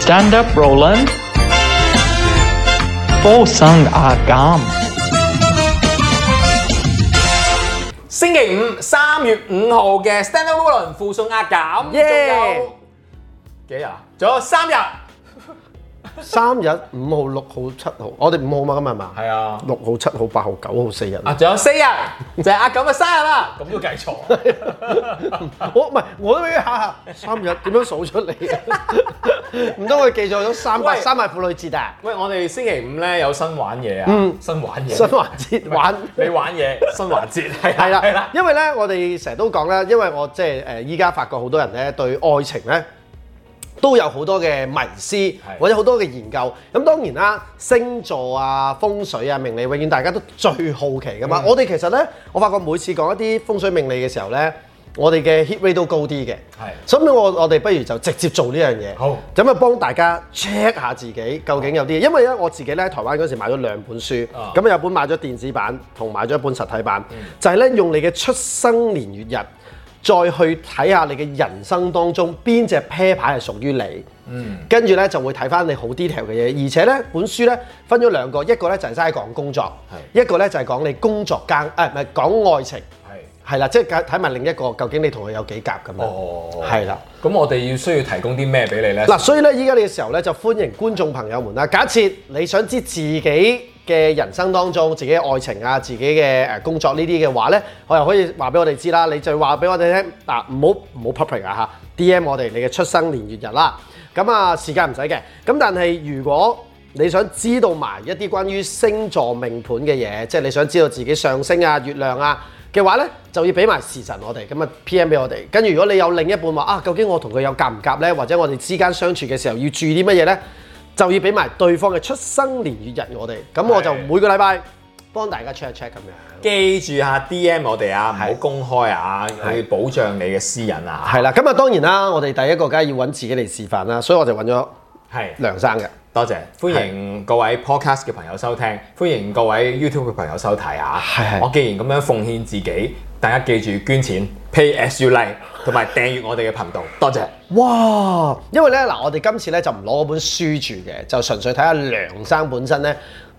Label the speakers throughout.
Speaker 1: Stand up, Roland. Vô sung a gam.
Speaker 2: 星期五三月五號嘅 Stand Up Roland 附送壓減，仲
Speaker 3: Yeah
Speaker 2: 有幾日啊？仲有三日，
Speaker 3: 三日五號、六號、七號，我哋五號嘛，今日係嘛？
Speaker 2: 係啊，
Speaker 3: 六號、七號、八號、九號四日。
Speaker 2: 啊，仲有 四日就係壓減嘅生日啦，咁都計錯，
Speaker 3: 我唔係，我都俾佢下下三日點樣 數出嚟啊？唔通佢記錯咗三百
Speaker 2: 喂
Speaker 3: 三百婦女節啊？
Speaker 2: 喂，我哋星期五咧有新玩嘢啊，
Speaker 3: 嗯
Speaker 2: 新玩嘢，
Speaker 3: 新環節玩
Speaker 2: 你玩嘢， 新環節係啊
Speaker 3: 係
Speaker 2: 係啦
Speaker 3: 啦，，因為咧，我哋成日都講啦，因為我即係誒依家發覺好多人咧對愛情咧。都有好多嘅迷思，或者好多嘅研究。咁當然啦，星座啊、風水啊、命理，永遠大家都最好奇噶嘛。我哋其實咧，我發覺每次講一啲風水命理嘅時候咧，我哋嘅 hit rate 都高啲嘅。
Speaker 2: 係
Speaker 3: 所以我我哋不如就直接做呢樣嘢。
Speaker 2: 好
Speaker 3: 咁啊幫大家 check 下自己究竟有啲，因為咧我自己咧喺台灣嗰時買咗兩本書，
Speaker 2: 啊
Speaker 3: 咁、有本買咗電子版同買咗一本實體版，就係咧用你嘅出生年月日。再去睇下你嘅人生當中邊只 pair 牌係屬於你，嗯，跟住咧就會睇翻你好 detail 嘅嘢，而且咧本書咧分咗兩個，一個咧就係齋講工作，一個咧就係講你工作間，誒啊唔係講愛情，
Speaker 2: 係。
Speaker 3: 係啦，即係睇埋另一個究竟你同佢有幾夾咁樣，
Speaker 2: 哦
Speaker 3: 係啦。
Speaker 2: 咁我哋要需要提供啲咩俾你咧？
Speaker 3: 嗱，所以咧，依家呢個時候咧，就歡迎觀眾朋友們啦。假設你想知自己嘅人生當中、自己嘅愛情啊、自己嘅誒工作呢啲嘅話咧，我又可以話俾我哋知啦。你就話俾我哋聽，嗱，唔好唔好 public 啊嚇，DM 我哋你嘅出生年月日啦。咁啊，時間唔使嘅。咁但係如果你想知道埋一啲關於星座命盤嘅嘢，即係你想知道自己上升啊、月亮啊嘅話咧，就要俾埋時辰我哋，咁啊 P.M. 俾我哋。跟住如果你有另一半話啊，究竟我同佢有夾唔夾咧，或者我哋之間相處嘅時候要注意啲乜嘢咧，就要俾埋對方嘅出生年月日我哋。咁我就
Speaker 2: 係
Speaker 3: 每個禮拜幫大家 check 一 check 咁樣。
Speaker 2: 記住下 DM 我哋啊，唔好公開啊，我
Speaker 3: 係
Speaker 2: 要保障你嘅私隱啊。
Speaker 3: 係啦，咁啊當然啦，我哋第一個梗係要揾自己嚟示範啦，所以我就揾咗
Speaker 2: 係。
Speaker 3: 梁生嘅。
Speaker 2: 多謝，歡迎各位 podcast 嘅朋友收聽，歡迎各位 YouTube 嘅朋友收睇啊！
Speaker 3: 係係
Speaker 2: 我既然咁樣奉獻自己，大家記住捐錢 pay as you like，同埋訂閱我哋嘅頻 道，多謝。
Speaker 3: 哇！因為咧嗱，我哋今次咧就唔攞嗰本書住嘅，就純粹睇下梁生本身咧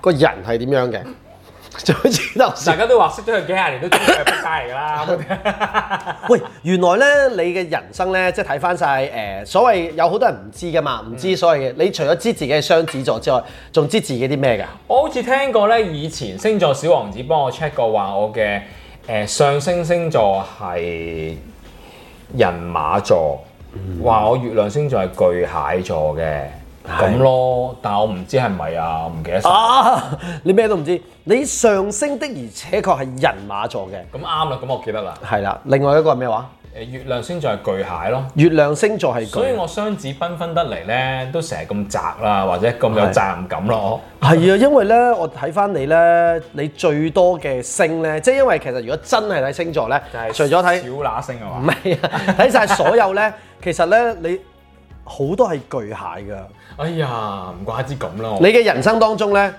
Speaker 3: 個人係點樣嘅， 就好似頭先
Speaker 2: 大家都話識咗佢幾廿年都中意佢晒嚟㗎 啦。
Speaker 3: 喂，原來咧你嘅人生咧，即係睇翻晒誒所謂有好多人唔知噶嘛，唔知所謂嘅。你除咗知自己係雙子座之外，仲知自己啲咩㗎？
Speaker 2: 我好似聽過咧，以前星座小王子幫我 check 過話我嘅誒、呃上升星座係人馬座，
Speaker 3: 嗯
Speaker 2: 話、我月亮星座係巨蟹座嘅。咁咯，但我唔知係咪啊，唔記得晒。
Speaker 3: 啊！ 你咩都唔知，你上升的而且確係人馬座嘅，
Speaker 2: 咁啱啦，咁我記得啦。
Speaker 3: 係啦。另外一個係咩話？
Speaker 2: 誒月亮星座係巨蟹咯，
Speaker 3: 月亮星座係
Speaker 2: 所以
Speaker 3: 巨，
Speaker 2: 我雙子繽紛得嚟咧，都成日咁宅啦，或者咁有責任感咯。
Speaker 3: 係啊，因為咧我睇翻你咧，你最多嘅星咧，即係因為其實如果真係睇星座咧，除咗睇
Speaker 2: 小乸星啊
Speaker 3: 唔
Speaker 2: 嘛，
Speaker 3: 係啊， 睇晒所有咧，其實咧你好多係巨蟹㗎。
Speaker 2: 哎呀，唔怪之咁啦。
Speaker 3: 你嘅人生當中咧，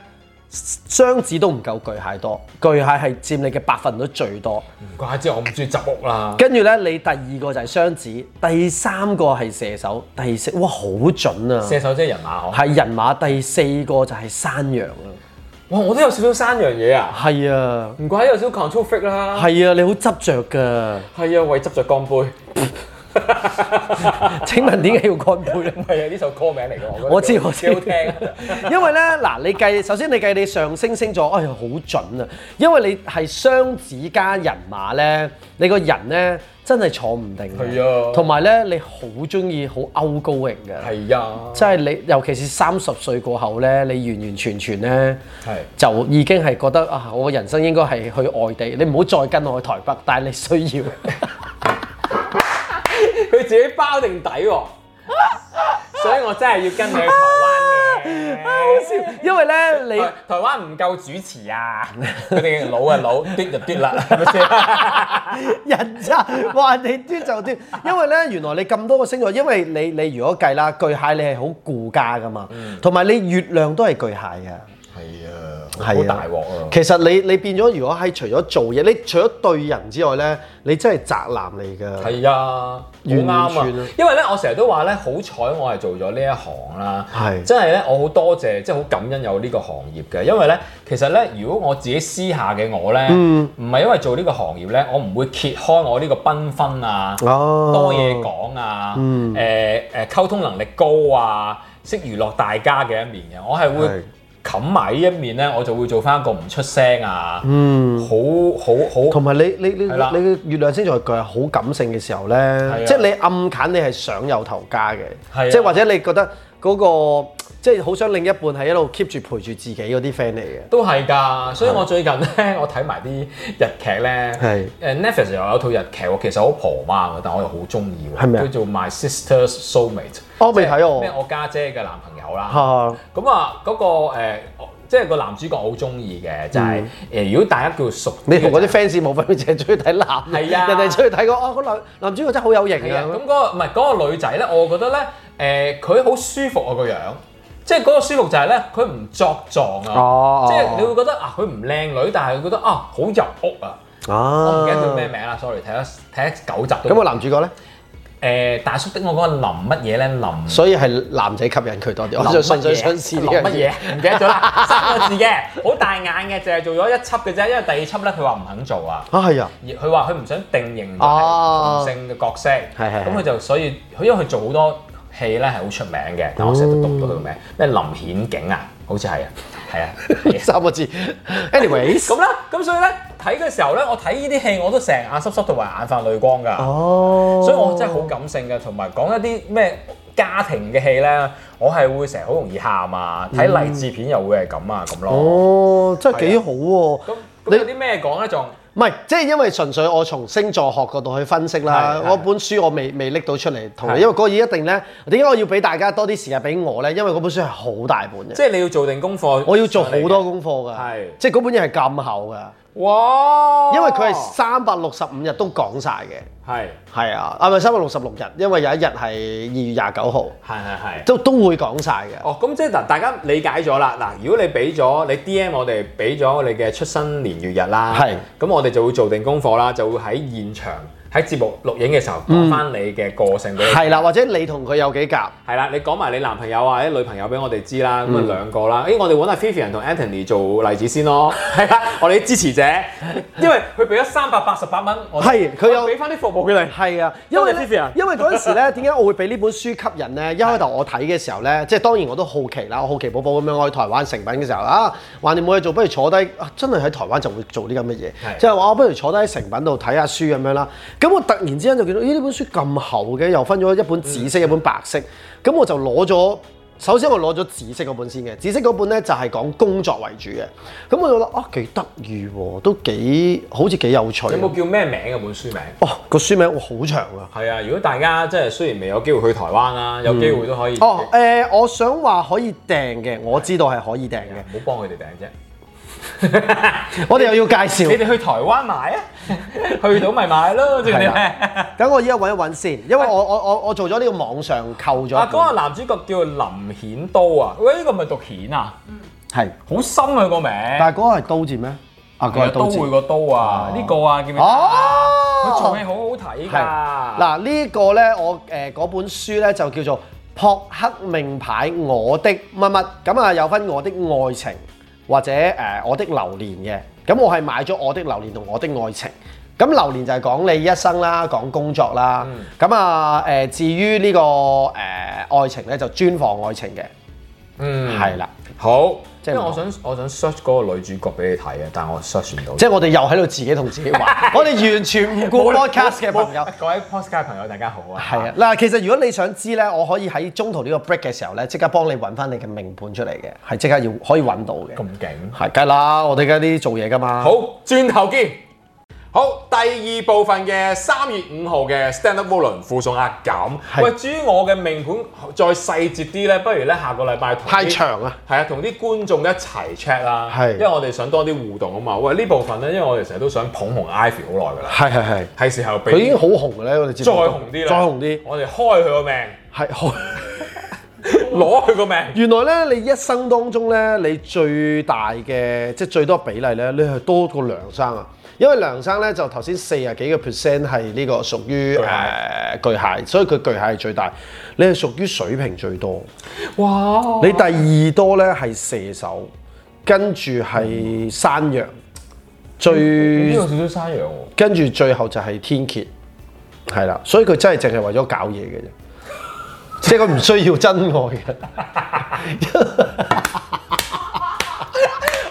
Speaker 3: 雙子都唔夠巨蟹多，巨蟹係佔你嘅百分率最多。
Speaker 2: 唔怪之我唔中意執屋啦。
Speaker 3: 跟住咧，你第二個就係雙子，第三個係射手，第四哇好準啊！
Speaker 2: 射手即係人馬嗬。
Speaker 3: 係人馬，第四個就係山羊啊！
Speaker 2: 哇，我都有少少山羊嘢啊，
Speaker 3: 係啊，
Speaker 2: 唔怪之有少少 control freak 啦。
Speaker 3: 係啊，你好執着㗎。
Speaker 2: 係啊，為執着乾杯。
Speaker 3: 請問點解要乾杯咧？
Speaker 2: 係啊，呢首歌名嚟嘅，我覺得
Speaker 3: 我知
Speaker 2: 幾
Speaker 3: 我
Speaker 2: 幾
Speaker 3: 知，
Speaker 2: 好聽。
Speaker 3: 因為咧嗱，你計首先你計你上升星座，哎呀好準啊！因為你係雙子加人馬咧，你個人咧真係坐唔定嘅
Speaker 2: 係啊
Speaker 3: 同埋咧你好中意好 outgoing 嘅，
Speaker 2: 係啊，
Speaker 3: 即係你尤其是三十歲過後咧，你完完全全咧
Speaker 2: 係
Speaker 3: 就已經係覺得啊，我人生應該係去外地，你唔好再跟我去台北，但係你需 要。
Speaker 2: 佢自己包定底喎，所以我真係要跟佢去台灣嘅。
Speaker 3: 因為咧，你
Speaker 2: 台台灣唔夠主持啊！佢哋老啊老，嘟就嘟啦，係咪先？
Speaker 3: 人渣話你端就端，因為咧原來你咁多個星座，因為你你如果計
Speaker 2: 嗯
Speaker 3: 啦，巨蟹你係好顧家噶嘛，同埋、你月亮都係巨蟹嘅，
Speaker 2: 係啊，好大鑊啊！
Speaker 3: 其實你你變咗，如果喺除咗做嘢，你除咗對人之外咧，你真係宅男嚟㗎。
Speaker 2: 係啊，好啱
Speaker 3: 完
Speaker 2: 啊
Speaker 3: 全啊！
Speaker 2: 因為咧，我成日都話咧，好彩我係做咗呢一行啦。
Speaker 3: 係
Speaker 2: 真係咧，我好多謝，即係好感恩有呢個行業嘅。因為咧，其實咧，如果我自己私下嘅我咧，
Speaker 3: 嗯
Speaker 2: 唔係因為做呢個行業咧，我唔會揭開我呢個繽紛啊，
Speaker 3: 哦嗯
Speaker 2: 多嘢講啊，誒誒、溝通能力高啊，識娛樂大家嘅一面嘅。我係
Speaker 3: 係
Speaker 2: 會冚埋呢一面咧，我就會做翻一個唔出聲啊，
Speaker 3: 嗯。
Speaker 2: 好好好
Speaker 3: 同埋你你你你
Speaker 2: 係啦
Speaker 3: 嘅月亮星座佢係好感性嘅時候咧，
Speaker 2: 啊
Speaker 3: 即係你暗砍你係想有頭家
Speaker 2: 係
Speaker 3: 嘅，
Speaker 2: 啊
Speaker 3: 即係或者你覺得嗰、個即係好想另一半係一路 keep 住陪住自己嗰啲 friend 嚟嘅。
Speaker 2: 都係㗎，所以我最近咧， 我睇埋啲日劇咧，
Speaker 3: 係
Speaker 2: 誒 Netflix 又有套日劇喎，其實好婆媽嘅，但我又好中意
Speaker 3: 係
Speaker 2: 喎，
Speaker 3: 咩啊
Speaker 2: 叫做 My Sister's Soulmate，
Speaker 3: 我未睇
Speaker 2: 咩
Speaker 3: 我，
Speaker 2: 我家姐嘅男朋友啦。
Speaker 3: 嚇
Speaker 2: 咁啊，嗰個誒哦即係個男主角好中意嘅，就係誒如果大家叫啊熟，
Speaker 3: 嗯你同嗰啲 fans 冇分別，淨係中意睇男嘅，
Speaker 2: 係啊
Speaker 3: 人哋中意睇個哦個男男主角真係好有型
Speaker 2: 係啊，
Speaker 3: 啊
Speaker 2: 咁！嗰個唔係嗰個女仔咧，我覺得咧誒佢好舒服啊個樣，即係嗰個舒服就係咧佢唔作狀啊，
Speaker 3: 哦
Speaker 2: 即係你會覺得啊佢唔靚女，但係覺得啊好入屋啊。我唔記得佢咩名啦，sorry，睇咗睇咗九集都。
Speaker 3: 咁個男主角咧，
Speaker 2: 誒大叔的我嗰個林乜嘢咧？林
Speaker 3: 所以係男仔吸引佢多啲，我就純粹想試呢
Speaker 2: 林
Speaker 3: 樣
Speaker 2: 乜嘢？唔記得咗啦， 三個字嘅，好大眼嘅，淨係做咗一輯嘅啫，因為第二輯咧佢話唔肯做啊。
Speaker 3: 啊 係啊，
Speaker 2: 而佢話佢唔想定型就係同性嘅角色，
Speaker 3: 哦係係係
Speaker 2: 咁佢就所以佢因為佢做好多戲咧係好出名
Speaker 3: 哦
Speaker 2: 嘅，但我成日都讀唔到佢個名，咩林顯景啊，好似係啊，係 啊，係啊
Speaker 3: 三個字。anyways，
Speaker 2: 咁啦，咁所以咧睇嘅時候咧，我睇呢啲戲我都成眼濕濕同埋眼泛淚光㗎。
Speaker 3: 哦
Speaker 2: 所以我真係好感性嘅，同埋講一啲咩家庭嘅戲咧，我係會成日好容易喊啊，睇勵志片又會係咁啊咁咯。
Speaker 3: 嗯哦，真係幾好喎、
Speaker 2: 啊咁
Speaker 3: 你
Speaker 2: 咁有啲咩講咧？仲
Speaker 3: 唔係，即係因為純粹我從星座學角度去分析啦。
Speaker 2: 係係
Speaker 3: 我本書我未未拎到出嚟同你，
Speaker 2: 係
Speaker 3: 因為嗰個嘢一定咧，點解我要俾大家多啲時間俾我咧？因為嗰本書係好大本嘅，
Speaker 2: 即係你要做定功課，
Speaker 3: 我要做好多。功課㗎。
Speaker 2: 係
Speaker 3: 即係嗰本嘢係咁厚㗎，
Speaker 2: 哇！
Speaker 3: 因為佢係三百六十五日都講晒嘅。
Speaker 2: 係
Speaker 3: 係啊，啊咪三百六十六日，因為有一日係二月廿九號，
Speaker 2: 係係係。
Speaker 3: 都都會講晒嘅。
Speaker 2: 哦，咁即係嗱，大家理解咗啦。嗱，如果你俾咗你 D M 我哋俾咗你嘅出生年月日啦，
Speaker 3: 係
Speaker 2: 咁我哋就會做定功課啦，就會喺現場喺節目錄影嘅時候講翻你嘅個性俾你聽
Speaker 3: 嗯係啦，或者你同佢有幾夾？
Speaker 2: 係啦，你講埋你男朋友啊、啲女朋友俾我哋知啦，咁啊
Speaker 3: 嗯
Speaker 2: 兩個啦。誒、我哋揾阿 Vivian 同 Anthony 做例子先咯。係啦，我哋啲支持者，因為佢俾咗三百八十八蚊，我哋
Speaker 3: 係佢有
Speaker 2: 我俾翻啲服務佢哋。
Speaker 3: 係啊，因為
Speaker 2: 多謝 Vivian
Speaker 3: 咧，因為嗰陣時咧，點解我會俾呢本書吸引咧？一開頭我睇嘅時候咧，即係當然我都好奇啦，我好奇寶寶咁樣，我去台灣成品嘅時候啊，橫掂冇嘢做，不如坐低、啊，真係喺台灣就會做啲咁嘅嘢，
Speaker 2: 係
Speaker 3: 即係話我不如坐低喺成品度睇下書咁樣啦。咁我突然之間就見到，咦呢本書咁厚嘅，又分咗一本紫色、一本白
Speaker 2: 嗯
Speaker 3: 色，咁我就攞咗。首先我攞咗紫色嗰本先嘅，紫色嗰本咧就係講工作為主嘅，咁我就覺得啊幾得意喎，都幾好似幾有趣。啊
Speaker 2: 有冇叫咩名嘅本書名？
Speaker 3: 哦個書名哇好長啊！
Speaker 2: 係啊，如果大家即係雖然未有機會去台灣啦，有機會都可以。
Speaker 3: 哦，誒、我想話可以訂嘅，我知道係可以訂
Speaker 2: 唔
Speaker 3: 嘅。
Speaker 2: 好幫佢哋訂啫。
Speaker 3: 我哋又要介
Speaker 2: 你
Speaker 3: 紹，
Speaker 2: 哋去台灣買啊， 去到咪買咯，知唔知
Speaker 3: 係
Speaker 2: 咧？
Speaker 3: 等我依家揾一揾先，因為我我我我做咗呢個網上購
Speaker 2: 啊，
Speaker 3: 咗一
Speaker 2: 嗰個
Speaker 3: 本，
Speaker 2: 男主角叫林顯都啊，喂，呢個咪讀顯啊，
Speaker 3: 嗯係、
Speaker 2: 好深啊個名。
Speaker 3: 但係嗰個係刀字咩？啊，嗰個係
Speaker 2: 都
Speaker 3: 刀字
Speaker 2: 會。個刀啊，呢個啊，叫咩？佢做
Speaker 3: 哦
Speaker 2: 戲，好好睇㗎。嗱，
Speaker 3: 嗱呢個呢，我誒嗰、本書呢就叫做《撲克命牌我的乜乜》，咁啊有分我的愛情或者誒、呃我的榴蓮嘅，咁我係買咗我的榴蓮同我的愛情。咁榴蓮就係講你一生啦，講工作啦，咁啊誒至於呢、個誒、呃、愛情呢，就專訪愛情嘅，
Speaker 2: 嗯，
Speaker 3: 係啦、
Speaker 2: 好。
Speaker 3: 即
Speaker 2: 因
Speaker 3: 係
Speaker 2: 為
Speaker 3: 唔
Speaker 2: 我想我想 search 嗰個女主角俾你睇嘅，但係我 search 唔到。
Speaker 3: 即係我哋又喺度自己同自己玩，我哋完全唔顧 podcast 嘅朋友。
Speaker 2: 各位 podcast 朋友大家好啊。
Speaker 3: 係啊，嗱，其實如果你想知咧，我可以喺中途呢個 break 嘅時候咧，即刻幫你揾翻你嘅命盤出嚟嘅，係即刻要可以揾到嘅。
Speaker 2: 咁勁。
Speaker 3: 係梗係啦，我哋而家呢啲做嘢噶嘛。
Speaker 2: 好，轉頭見。好，第二部分嘅三月五號嘅 Stand Up Volun 附送壓減。
Speaker 3: 係
Speaker 2: 喂，至於我嘅命盤再細節啲咧，不如咧下個禮拜同啲
Speaker 3: 太長啊！
Speaker 2: 係啊，同啲觀眾一齊 check 啦。
Speaker 3: 係
Speaker 2: 因為我哋想多啲互動啊嘛。喂，呢部分咧，因為我哋成日都想捧紅 Ivy 好耐㗎啦，
Speaker 3: 係係係，
Speaker 2: 係時候俾
Speaker 3: 佢已經好紅嘅咧，我哋節
Speaker 2: 再
Speaker 3: 目都
Speaker 2: 紅啲啦，
Speaker 3: 再紅啲，
Speaker 2: 我哋開佢個命。
Speaker 3: 係紅。
Speaker 2: 攞佢個命。
Speaker 3: 原來咧，你一生當中咧，你最大嘅即係最多比例咧，你係多過梁生啊。因為梁生咧就頭先四十幾個 percent 係呢個屬於誒
Speaker 2: 巨蟹
Speaker 3: 巨蟹，所以佢巨蟹係最大。你係屬於水瓶最多，
Speaker 2: 哇！
Speaker 3: 你第二多咧係射手，跟住係山羊，
Speaker 2: 呢
Speaker 3: 最
Speaker 2: 個少少山 羊喎。
Speaker 3: 跟住最後就係天蠍，係啦。所以佢真係淨係為咗搞嘢嘅啫， 即係佢唔需要真愛嘅。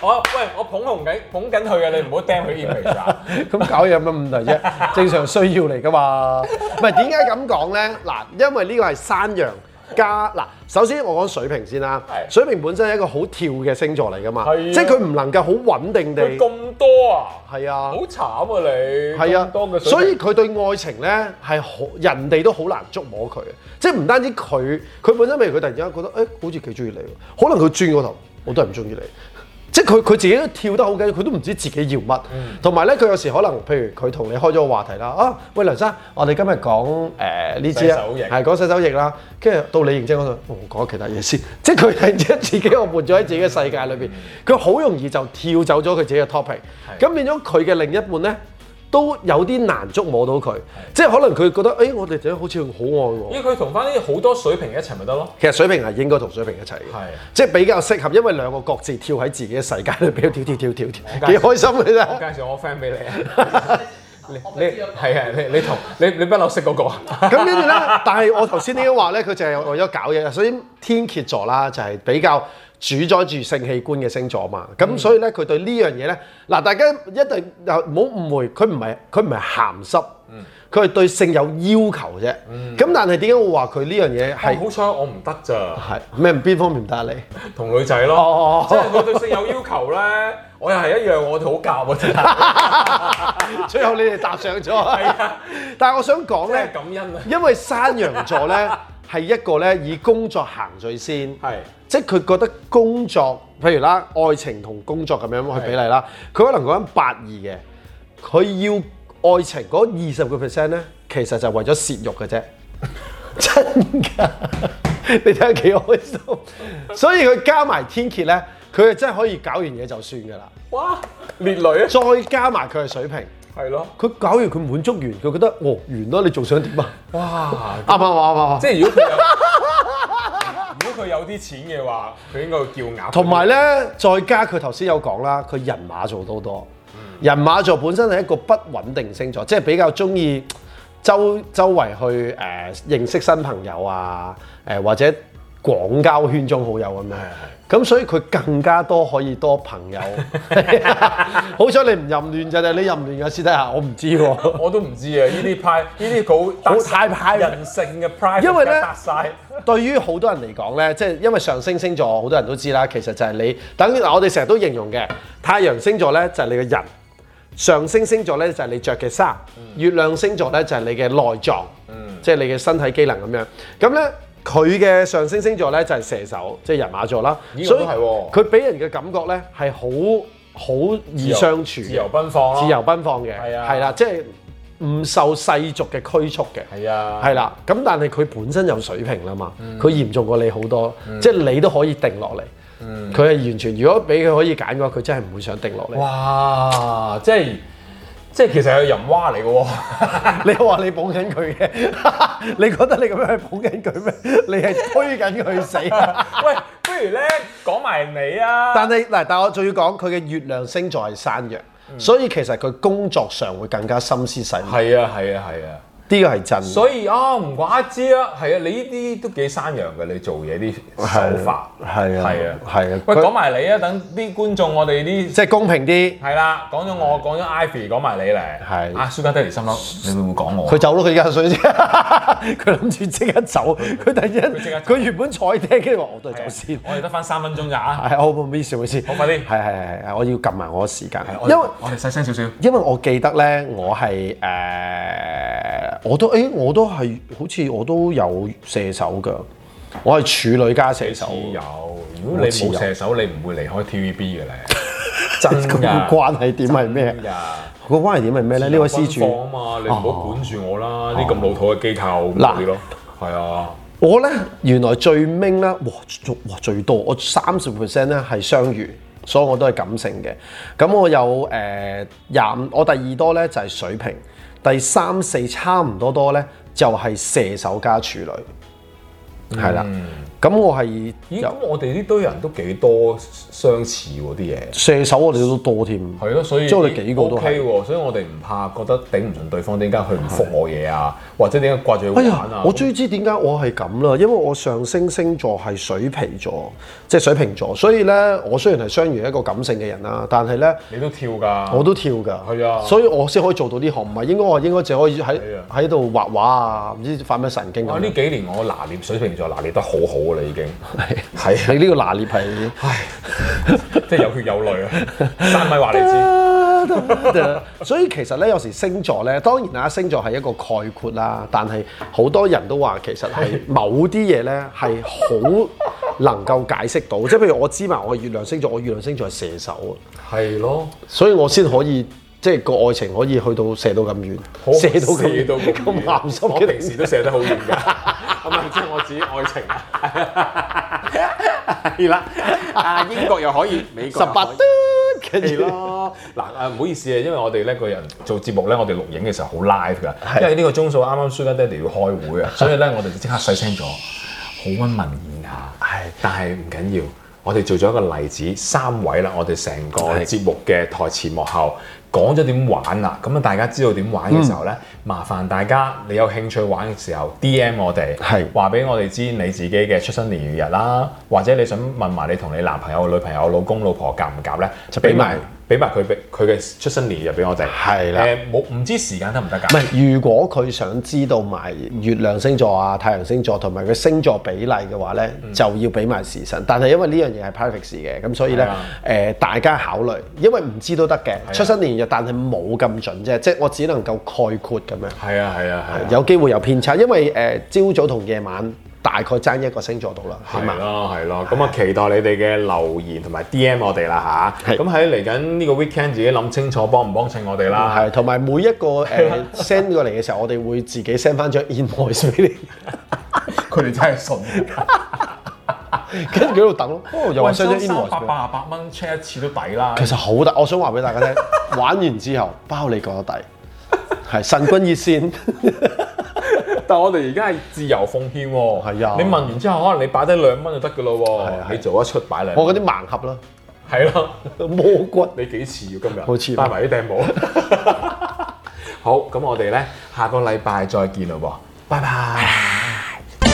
Speaker 2: 我喂，我捧紅緊捧緊佢嘅，你唔好掟佢 image 啊！
Speaker 3: 咁搞嘢有乜問題啫？ 正常需要嚟噶嘛？唔係點解咁講咧？嗱，因為呢個係山羊加嗱，首先我講水瓶先啦。
Speaker 2: 係
Speaker 3: 水瓶本身係一個好跳嘅星座嚟噶嘛，
Speaker 2: 係啊
Speaker 3: 即係佢唔能夠好穩定地
Speaker 2: 佢咁多啊，
Speaker 3: 係啊
Speaker 2: 好。慘啊你！
Speaker 3: 係啊
Speaker 2: 咁多嘅，水
Speaker 3: 所以
Speaker 2: 平
Speaker 3: 佢對愛情咧係好人哋都好難捉摸佢嘅，即係唔單止佢，佢本身譬如佢突然之間覺得，誒、好似幾中意你喎，可能佢轉個頭，我都係唔中意你，即係佢佢自己都跳得好緊要，佢都唔知自己要乜，
Speaker 2: 嗯
Speaker 3: 同埋咧佢有時可能譬如佢同你開咗個話題啦，啊喂梁生，我哋今日講誒呢支
Speaker 2: 洗
Speaker 3: 啊
Speaker 2: 手液
Speaker 3: 係講洗手液啦，跟住到你認真嗰度，哦我講其他嘢先， 即係佢突然之間自己我活咗喺自己嘅世界裏邊，佢好容易就跳走咗佢自己嘅 topic，咁變咗佢嘅另一半咧。都有啲難捉摸到佢，即係可能佢覺得，誒、哎我哋仔好似好愛我。
Speaker 2: 咦，佢同翻啲好多水平一齊咪得咯？
Speaker 3: 其實水瓶係應該同水瓶一齊嘅
Speaker 2: 係，
Speaker 3: 即係比較適合，因為兩個各自跳喺自己嘅世界裏邊跳跳跳跳跳，幾
Speaker 2: 介紹
Speaker 3: 開心嘅
Speaker 2: 我 介
Speaker 3: 啫。
Speaker 2: 紹我 friend 俾你啊！ 你你係啊，你你同你你不嬲識嗰個啊？
Speaker 3: 咁跟住咧，但係我頭先已經話咧，佢就係為咗搞嘢，所以天蝎座啦就係比較主宰住性器官嘅星座嘛。咁、所以咧，佢對呢樣嘢咧，嗱大家一定又唔好誤會，佢唔係佢唔係鹹濕，佢係對性有要求啫。咁、但係點解我話佢呢樣嘢係
Speaker 2: 係好彩我唔得咋，
Speaker 3: 係咩？邊方面唔得 啊你？
Speaker 2: 同女仔咯。
Speaker 3: 哦
Speaker 2: 即係佢對性有要求咧，我又係一樣，我哋好夾啊！真 係
Speaker 3: 最後你哋搭上咗。
Speaker 2: 係啊，
Speaker 3: 但係我想講
Speaker 2: 真係
Speaker 3: 咧，
Speaker 2: 感恩啊！
Speaker 3: 因為山羊座咧係一個咧以工作行最先，
Speaker 2: 係
Speaker 3: 即係佢覺得工作，譬如啦，愛情同工作咁樣去比例啦，佢可能講緊八二嘅，佢要愛情嗰二十個 percent 咧，其實就係為咗泄欲嘅啫，真㗎。 你睇下幾開心，所以佢加埋天蝎咧，佢係真係可以搞完嘢就算㗎啦。
Speaker 2: 哇，烈女啊！
Speaker 3: 再加埋佢嘅水平，
Speaker 2: 係咯，
Speaker 3: 佢搞完佢滿足完，佢覺得哦完啦，你仲想點啊？
Speaker 2: 哇！
Speaker 3: 啱唔啱啊？啱唔啱啊？
Speaker 2: 即係如果佢有，如果佢有 啲錢嘅話，佢應該會叫鴨。
Speaker 3: 同埋咧，再加佢頭先有講啦，佢人馬座都多。人馬座本身係一個不穩定星座，即係比較中意周周圍去誒、呃、認識新朋友啊，誒、或者廣交圈中好友咁樣。咁所以佢更加多可以多朋友。 好彩你唔淫亂咋，你淫亂嘅私底下我唔知喎。
Speaker 2: 我都唔知啊！呢啲派，呢啲好
Speaker 3: 好太派
Speaker 2: 人性嘅 private，
Speaker 3: 因為呢
Speaker 2: 搭晒
Speaker 3: 對於好多人嚟講咧，即係因為上升星座好多人都知啦，其實就係你等於嗱，我哋成日都形容嘅太陽星座咧就係你嘅人，上升星座咧就係你着嘅衫，
Speaker 2: 嗯
Speaker 3: 月亮星座咧就係你嘅內臟，即係你嘅身體機能咁樣。咁咧佢嘅上升星座咧就係射手，即係人馬座啦，
Speaker 2: 咦
Speaker 3: 所以
Speaker 2: 我都係喎
Speaker 3: 佢俾人嘅感覺咧係好好易相處嘅
Speaker 2: 自由奔放咯
Speaker 3: 自由奔放嘅，
Speaker 2: 係啊
Speaker 3: 係啦，即係唔受世俗嘅拘束嘅。
Speaker 2: 係啊，
Speaker 3: 係啦，咁但係佢本身有水平啦嘛，
Speaker 2: 嗯
Speaker 3: 佢、嚴重過你好多，即係你都可以定落嚟。
Speaker 2: 嗯
Speaker 3: 佢係、完全，如果俾佢可以揀嘅話，佢真係唔會想定落嚟。
Speaker 2: 哇！即係即係其實係人蛙嚟嘅喎，
Speaker 3: 你話你捧緊佢嘅， 你覺得你咁樣係捧緊佢咩？ 你係推緊佢死。啊
Speaker 2: 喂，不如咧講埋你啊！
Speaker 3: 但係嗱，但我仲要講佢嘅月亮星座係山羊，所以其實佢工作上會更加心思細密，呢
Speaker 2: 嗯係啊係啊係啊，
Speaker 3: 個係真嘅。
Speaker 2: 所以啊唔怪得知啦，係啊，你呢啲都幾山羊嘅，你做嘢啲手法
Speaker 3: 係啊
Speaker 2: 係啊
Speaker 3: 係啊
Speaker 2: 喂，
Speaker 3: 佢
Speaker 2: 講埋你啊，等啲觀眾我哋啲
Speaker 3: 即係公平啲，
Speaker 2: 係啦，講咗我，講咗 Ivy，講埋你嚟。
Speaker 3: 嗯係
Speaker 2: 啊，Sugar Daddy 心諗你會唔會講我啊？
Speaker 3: 佢走咯，佢而家水啫， 佢諗住即刻走，佢突然間，
Speaker 2: 嗯佢即刻走
Speaker 3: 佢原本坐喺廳，跟住話我都係走先。
Speaker 2: 我哋得翻三分鐘咋？
Speaker 3: 係，我唔好意思，唔好意思。
Speaker 2: 好快啲
Speaker 3: 係係係係，我要撳埋我時間
Speaker 2: 係，
Speaker 3: 因為
Speaker 2: 我哋細聲少少。
Speaker 3: 因為我記得咧，我係誒，我都誒、我都係好似我都有射手㗎，我係處女加射手，
Speaker 2: 有，如果你冇射手，你唔會離開 TVB 嘅 咧。真
Speaker 3: 咁個
Speaker 2: 㗎。
Speaker 3: 關係點係咩？
Speaker 2: 呀！
Speaker 3: 個關係點係咩咧？呢位施
Speaker 2: 有軍
Speaker 3: 主哦
Speaker 2: 火。啊嘛，你唔好管住我啦！呢咁老土嘅機構
Speaker 3: 嗱
Speaker 2: 嗱，啲咯，係啊，
Speaker 3: 我咧原來最明咧，哇最哇最多，我三十 percent 咧係雙魚，所以我都係感性嘅。咁我有誒廿五，我第二多咧就係水瓶，第三四差唔多多咧就係射手加處女，係啦。咁我係
Speaker 2: 嗯咦，
Speaker 3: 有
Speaker 2: 咁我哋呢堆人都幾多相似喎啲嘢。
Speaker 3: 射手，我哋都多添。
Speaker 2: 係咯，所以
Speaker 3: 即係我哋幾個都
Speaker 2: O K
Speaker 3: 係。
Speaker 2: 喎，所以我哋唔怕覺得頂唔順對方點解佢唔覆我嘢啊，或者點解掛住去
Speaker 3: 哎
Speaker 2: 玩
Speaker 3: 呀
Speaker 2: 啊，？
Speaker 3: 我終於知點解我係咁啦，因為我上升星座係水瓶座，即係水瓶座，所以咧我雖然係雙魚一個感性嘅人啦，但係咧。
Speaker 2: 你都跳㗎，
Speaker 3: 我都跳㗎，
Speaker 2: 啊係啊
Speaker 3: 所以我先可以做到呢行，唔係應該我應該只可以喺
Speaker 2: 係啊
Speaker 3: 喺度畫畫啊，唔知發咩神經
Speaker 2: 哇！
Speaker 3: 咁
Speaker 2: 呢
Speaker 3: 樣。
Speaker 2: 幾年我拿捏水瓶座拿捏得好好㗎啦，已經
Speaker 3: 係
Speaker 2: 係啊，
Speaker 3: 你呢個拿 捏係。
Speaker 2: 唉，即係有血有淚啊！三米話你知。
Speaker 3: 所以其實咧，有時星座咧，當然啦，星座係一個概括啦，但係好多人都話其實係某啲 嘢咧係好能夠解釋到，即係譬如我知埋我月亮星座，我月亮星座係射手啊，
Speaker 2: 係咯，
Speaker 3: 所以我先可以即係個愛情可以去到射到咁遠，
Speaker 2: 好
Speaker 3: 射到咁
Speaker 2: 射
Speaker 3: 遠
Speaker 2: 到
Speaker 3: 咁
Speaker 2: 遠
Speaker 3: 鹹濕
Speaker 2: 我
Speaker 3: 嘅
Speaker 2: 平時都射得好遠㗎。咁啊，即係我指愛情 啊。係啦，啊英國又可以，美
Speaker 3: 十
Speaker 2: 國又可
Speaker 3: 八
Speaker 2: 以
Speaker 3: 嘟，跟
Speaker 2: 係
Speaker 3: 住
Speaker 2: 咯， 嗱啊唔好意思啊，因為我哋呢個人做節目咧，我哋錄影嘅時候好 live 㗎，因為呢個鐘數啱啱 Sugar Daddy 要開 會啊，所以咧我哋就即刻細聲咗，好温文爾雅。係，但係唔緊要，我哋做咗一個例子，三位啦，我哋成個節目嘅台前幕後。講咗點玩啦，咁啊大家知道點玩嘅時候咧，麻煩大家你有興趣玩嘅時候 D.M 我哋，
Speaker 3: 係
Speaker 2: 話俾我哋知你自己嘅出生年月日啦，或者你想問埋你同你男朋友、女朋友、老公、老婆夾唔夾咧，
Speaker 3: 就俾埋
Speaker 2: 啊俾埋佢俾佢嘅出生年月日俾我哋。
Speaker 3: 係啦
Speaker 2: 誒冇唔知時間得唔得㗎？
Speaker 3: 唔係，如果佢想知道埋月亮星座啊、太陽星座同埋佢星座比例嘅話咧，就要俾埋時辰。但係因為呢樣嘢係 private 事嘅，咁所以咧
Speaker 2: 係
Speaker 3: 誒、
Speaker 2: 啊
Speaker 3: 大家考慮，因為唔知都得嘅
Speaker 2: 啊，
Speaker 3: 出生年月，但係冇咁準啫，即係我只能夠概括咁樣，
Speaker 2: 係啊係啊係啊，
Speaker 3: 有機會有偏差，因為誒朝、早同夜晚大概爭一個星座度啦，起
Speaker 2: 係
Speaker 3: 碼。
Speaker 2: 咯係咯，咁啊期待你哋嘅留言同埋 D.M 我哋啦吓，
Speaker 3: 係
Speaker 2: 咁喺嚟緊呢個 weekend 自己諗清楚幫唔幫襯我哋啦。
Speaker 3: 係，同埋每一個誒 send 過嚟嘅時候，我哋會自己 send 翻張 invoice 俾你，嗯
Speaker 2: 佢哋真係信㗎。
Speaker 3: 跟住喺度等咯。哦，又話 send 張
Speaker 2: 喂
Speaker 3: invoice 俾
Speaker 2: 三百
Speaker 3: 你
Speaker 2: 八十八蚊 check 一次都抵啦。
Speaker 3: 其實好大，我想話俾大家聽， 玩完之後包你覺得抵，係神君熱 線，
Speaker 2: 但我哋而家係自由奉獻喎，
Speaker 3: 係啊
Speaker 2: 你問完之後，可能你擺低兩蚊就得㗎咯
Speaker 3: 係啊
Speaker 2: 喎，你做一出擺兩蚊，
Speaker 3: 我嗰啲盲盒啦，
Speaker 2: 係咯，
Speaker 3: 魔骨。
Speaker 2: 你幾次要今日？
Speaker 3: 好似
Speaker 2: 帶埋啲掟帽。 好，咁我哋咧下個禮拜再見咯喎，拜拜。